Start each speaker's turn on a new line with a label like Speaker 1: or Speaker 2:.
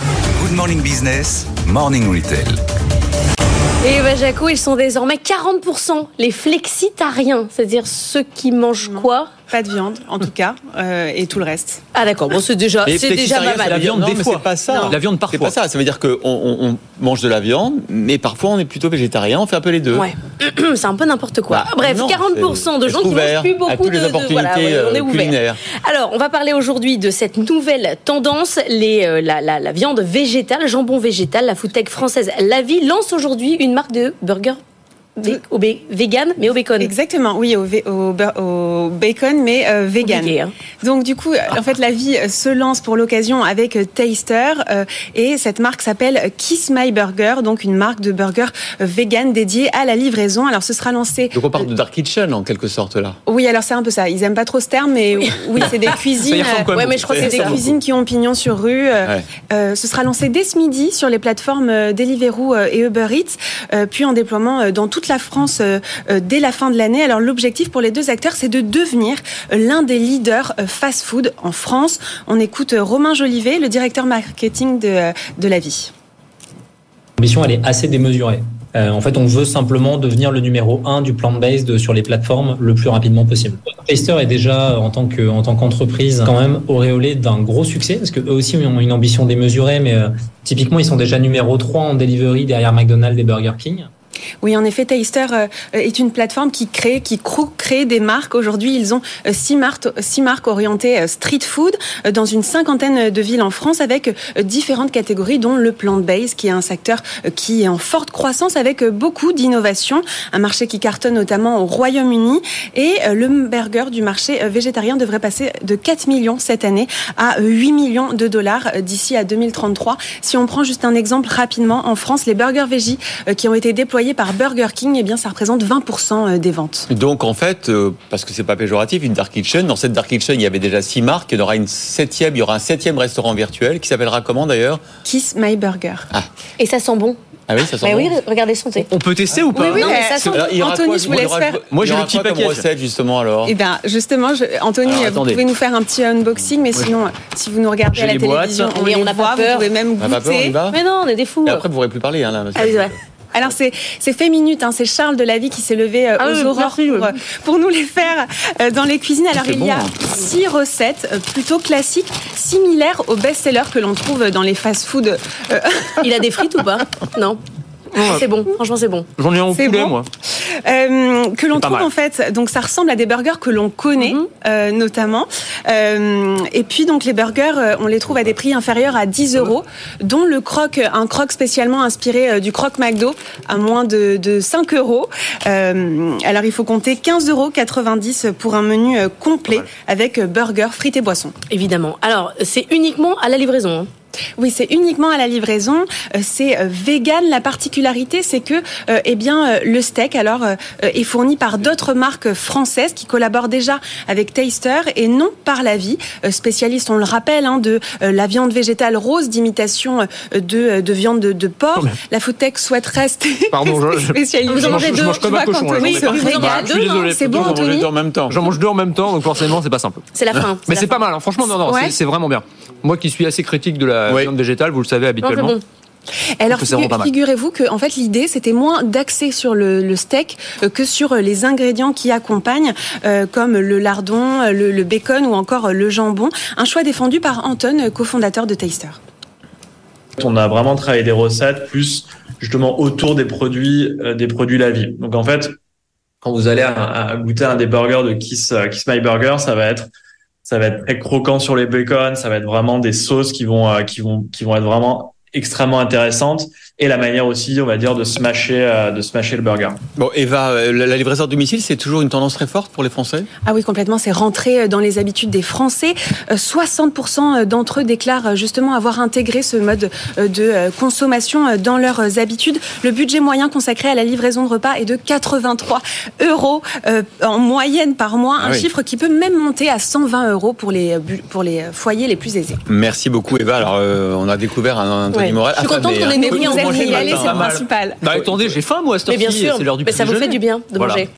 Speaker 1: Good Morning Business, Morning Retail.
Speaker 2: Et bah, Jaco, ils sont désormais 40% les flexitariens, c'est-à-dire ceux qui mangent quoi
Speaker 3: Pas de viande, en tout cas, euh, et tout le reste.
Speaker 2: Ah d'accord, bon c'est déjà, c'est déjà pas mal.
Speaker 4: la viande
Speaker 5: Non,
Speaker 4: des
Speaker 5: mais
Speaker 4: fois.
Speaker 5: c'est pas ça.
Speaker 4: La viande parfois.
Speaker 5: C'est pas ça. Ça veut dire qu'on on, on mange de la viande, mais parfois on est plutôt végétarien. On fait un peu les deux.
Speaker 2: Ouais, c'est un peu n'importe quoi.
Speaker 5: Bah,
Speaker 2: Bref,
Speaker 5: non,
Speaker 2: 40% de
Speaker 5: c'est-
Speaker 2: gens
Speaker 5: c'est
Speaker 2: qui
Speaker 5: ouvert
Speaker 2: mangent plus
Speaker 5: à
Speaker 2: beaucoup
Speaker 5: toutes les
Speaker 2: de, de- voilà,
Speaker 5: opportunités,
Speaker 2: ouais, on est
Speaker 5: euh,
Speaker 2: ouvert.
Speaker 5: culinaires.
Speaker 2: Alors, on va parler aujourd'hui de cette nouvelle tendance, les, euh, la, la- la viande végétale, jambon végétal, la foodtech française La Vie lance aujourd'hui une marque de burger vé- au bé- vegan, mais au bacon.
Speaker 3: Exactement, oui, au, vé- au beur- au bacon, mais euh, vegan.
Speaker 2: Compliqué, hein.
Speaker 3: Donc du coup, en fait, la vie euh, se lance pour l'occasion avec euh, Taster euh, et cette marque s'appelle Kiss My Burger, donc une marque de burger euh, vegan dédiée à la livraison. Alors ce sera lancé.
Speaker 5: Donc on parle de Dark Kitchen en quelque sorte là.
Speaker 3: Oui, alors c'est un peu ça. Ils aiment pas trop ce terme, mais oui, c'est des cuisines. euh,
Speaker 4: ressemble quand même.
Speaker 2: Ouais, mais je crois que
Speaker 3: C'est
Speaker 2: c'est
Speaker 3: des
Speaker 2: ça.
Speaker 3: cuisines qui ont pignon sur rue. Euh,
Speaker 5: Ouais.
Speaker 3: euh, ce sera lancé dès ce midi sur les plateformes euh, Deliveroo euh, et Uber Eats, euh, puis en déploiement euh, dans toute la France euh, euh, dès la fin de l'année. Alors l'objectif pour les deux acteurs, c'est de devenir euh, l'un des leaders euh, fast-food en France. On écoute euh, Romain Jolivet, le directeur marketing de, euh, de la vie.
Speaker 6: L'ambition, elle est assez démesurée. Euh, en fait, on veut simplement devenir le numéro un du plant-based sur les plateformes le plus rapidement possible. Taster est déjà, euh, en tant que, en tant qu'entreprise, quand même auréolé d'un gros succès, parce que eux aussi ont une ambition démesurée, mais euh, typiquement, ils sont déjà numéro 3 en delivery derrière McDonald's et Burger King.
Speaker 3: Oui, en effet, Taster euh, est une plateforme qui crée, qui crou- crée des marques. Aujourd'hui, ils ont euh, six marques, six marques orientées euh, street food euh, dans une cinquantaine de villes en France avec euh, différentes catégories, dont le plant-based, qui est un secteur euh, qui est en forte croissance avec euh, beaucoup d'innovations. Un marché qui cartonne notamment au Royaume-Uni. Et euh, le burger du marché euh, végétarien devrait passer de 4 millions cette année à euh, 8 millions de dollars euh, d'ici à 2033. Si on prend juste un exemple rapidement, en France, les burgers végis euh, qui ont été déployés par Burger King, eh bien, ça représente 20% euh, des ventes.
Speaker 5: Donc en fait, euh, parce que c'est pas péjoratif, une Dark Kitchen. Dans cette Dark Kitchen, il y avait déjà six marques. Il y en aura une septième. Il y aura un septième restaurant virtuel qui s'appellera comment d'ailleurs
Speaker 3: Kiss My Burger.
Speaker 2: Et ça sent bon.
Speaker 5: Ah oui, ça sent
Speaker 2: Bah
Speaker 5: bon.
Speaker 2: oui, regardez santé.
Speaker 4: On peut tester ou pas
Speaker 2: Oui, oui,
Speaker 3: Non,
Speaker 2: mais
Speaker 3: mais
Speaker 2: ça sent bon.
Speaker 5: Alors, il y aura
Speaker 3: Anthony,
Speaker 5: quoi,
Speaker 3: je vous laisse
Speaker 5: il y aura-
Speaker 3: faire.
Speaker 5: Moi, j'ai
Speaker 4: Il y
Speaker 5: le
Speaker 4: aura
Speaker 5: petit
Speaker 4: quoi comme
Speaker 5: paquet.
Speaker 4: recette,
Speaker 5: recette justement alors.
Speaker 3: Eh bien, justement, je- Anthony, euh,
Speaker 5: Alors,
Speaker 3: vous
Speaker 5: attendez.
Speaker 3: pouvez nous faire un petit unboxing, mais sinon, euh, si vous nous regardez
Speaker 4: J'ai
Speaker 3: à la
Speaker 4: les boîtes.
Speaker 3: télévision,
Speaker 2: Mais
Speaker 3: les
Speaker 2: on n'a pas
Speaker 3: voit,
Speaker 2: peur.
Speaker 3: Vous pouvez même
Speaker 5: On n'a pas peur, on y
Speaker 3: goûter.
Speaker 5: va
Speaker 2: Mais non, on est des fous.
Speaker 5: Et après, vous pourrez plus parler. Hein, là, parce que-
Speaker 2: Ah oui, c'est vrai.
Speaker 3: Alors c'est c'est fait minute, hein, c'est Charles de la vie qui s'est levé euh,
Speaker 2: Ah oui,
Speaker 3: aux aurores
Speaker 2: merci,
Speaker 3: pour,
Speaker 2: oui.
Speaker 3: euh, pour nous les faire euh, dans les cuisines. Alors
Speaker 5: C'est
Speaker 3: il
Speaker 5: bon,
Speaker 3: y a
Speaker 5: hein.
Speaker 3: six recettes euh, plutôt classiques, similaires aux best-sellers que l'on trouve dans les fast-food. Euh,
Speaker 2: Il a des frites ou pas Non. C'est bon, franchement c'est bon.
Speaker 4: J'en ai un au
Speaker 3: C'est
Speaker 4: poulet,
Speaker 3: bon.
Speaker 4: moi.
Speaker 3: euh, que l'on
Speaker 4: C'est pas
Speaker 3: trouve
Speaker 4: mal.
Speaker 3: en fait, donc ça ressemble à des burgers que l'on connaît euh, notamment. Euh, et puis donc les burgers, euh, on les trouve à des prix inférieurs à 10 euros, dont le croque, un croque spécialement inspiré euh, du croque McDo à moins de, de 5 euros. Euh, alors il faut compter 15,90 euros pour un menu euh, complet avec euh, burger, frites et boissons.
Speaker 2: Évidemment. Alors, c'est uniquement à la livraison. hein.
Speaker 3: Oui, c'est uniquement à la livraison. Euh, C'est euh, vegan. La particularité, c'est que, euh, eh bien, euh, le steak, alors, euh, euh, est fourni par d'autres marques françaises qui collaborent déjà avec Taster et non par la vie. Euh, Spécialiste, on le rappelle, hein, de euh, la viande végétale rose d'imitation euh, de, euh, de viande de, de porc. La Foodtech souhaite rester
Speaker 4: Pardon, je- je-
Speaker 3: spécialisée.
Speaker 2: Vous en mangez
Speaker 4: je
Speaker 2: deux,
Speaker 4: mange comme un
Speaker 3: je vois
Speaker 4: cochon.
Speaker 3: quand
Speaker 4: là,
Speaker 3: on
Speaker 4: j'en ai
Speaker 3: est
Speaker 4: pas.
Speaker 3: sur-
Speaker 2: vous en mangez
Speaker 4: Bah, Je suis
Speaker 2: deux,
Speaker 4: désolé.
Speaker 2: hein, c'est bon,
Speaker 4: plutôt, j'en mange
Speaker 5: J'ai
Speaker 2: Anthony
Speaker 5: deux en même temps.
Speaker 4: J'en mange deux en même temps, donc forcément, c'est pas simple.
Speaker 2: C'est la fin.
Speaker 4: Mais
Speaker 2: la
Speaker 4: c'est
Speaker 2: fin.
Speaker 4: pas mal, hein. franchement, non, non,
Speaker 3: Ouais.
Speaker 4: c'est- c'est vraiment bien. Moi qui suis assez critique de la
Speaker 5: Oui.
Speaker 4: viande végétale, vous le savez
Speaker 2: Non, c'est
Speaker 4: habituellement.
Speaker 2: bon.
Speaker 3: Alors
Speaker 4: que c'est vraiment pas
Speaker 3: figu-
Speaker 4: mal.
Speaker 3: figurez-vous que en fait l'idée c'était moins d'axer sur le, le steak euh, que sur euh, les ingrédients qui accompagnent euh, comme le lardon, euh, le, le bacon ou encore euh, le jambon. Un choix défendu par Anton, euh, cofondateur de Taster.
Speaker 7: On a vraiment travaillé des recettes plus justement autour des produits, euh, des produits la vie. Donc en fait, quand vous allez à- à goûter un des burgers de Kiss, euh, Kiss My Burger, ça va être ça va être très croquant sur les bacon, ça va être vraiment des sauces qui vont euh, qui vont qui vont être vraiment extrêmement intéressantes et la manière aussi, on va dire, de smasher euh, de smasher le burger.
Speaker 5: Bon, Eva, euh, la la livraison à domicile, c'est toujours une tendance très forte pour les Français
Speaker 3: Ah oui, complètement, c'est rentré euh, dans les habitudes des Français. Euh, 60% d'entre eux déclarent euh, justement avoir intégré ce mode euh, de euh, consommation euh, dans leurs euh, habitudes. Le budget moyen consacré à la livraison de repas est de 83 euros euh, en moyenne par mois,
Speaker 5: Ah
Speaker 3: un
Speaker 5: oui.
Speaker 3: chiffre qui peut même monter à 120 euros pour les, euh, bu- pour les euh, foyers les plus aisés.
Speaker 5: Merci beaucoup, Eva. Alors, euh, on a découvert un Anthony
Speaker 2: Ouais.
Speaker 5: Morel.
Speaker 2: Je suis contente
Speaker 5: affamé,
Speaker 2: qu'on
Speaker 5: hein.
Speaker 2: ait Mais oui,
Speaker 3: vous
Speaker 2: on
Speaker 5: Faut
Speaker 2: mange
Speaker 3: allez
Speaker 5: manger
Speaker 3: y
Speaker 5: le
Speaker 2: pas
Speaker 3: aller,
Speaker 5: matin.
Speaker 3: c'est le
Speaker 4: mal.
Speaker 3: principal.
Speaker 4: Bah attendez, j'ai faim moi à cette
Speaker 2: Mais bien
Speaker 4: heure-ci,
Speaker 2: sûr,
Speaker 4: c'est l'heure du
Speaker 2: mais
Speaker 4: petit
Speaker 2: ça vous fait
Speaker 4: déjeuner.
Speaker 2: du bien de
Speaker 4: Voilà.
Speaker 2: manger.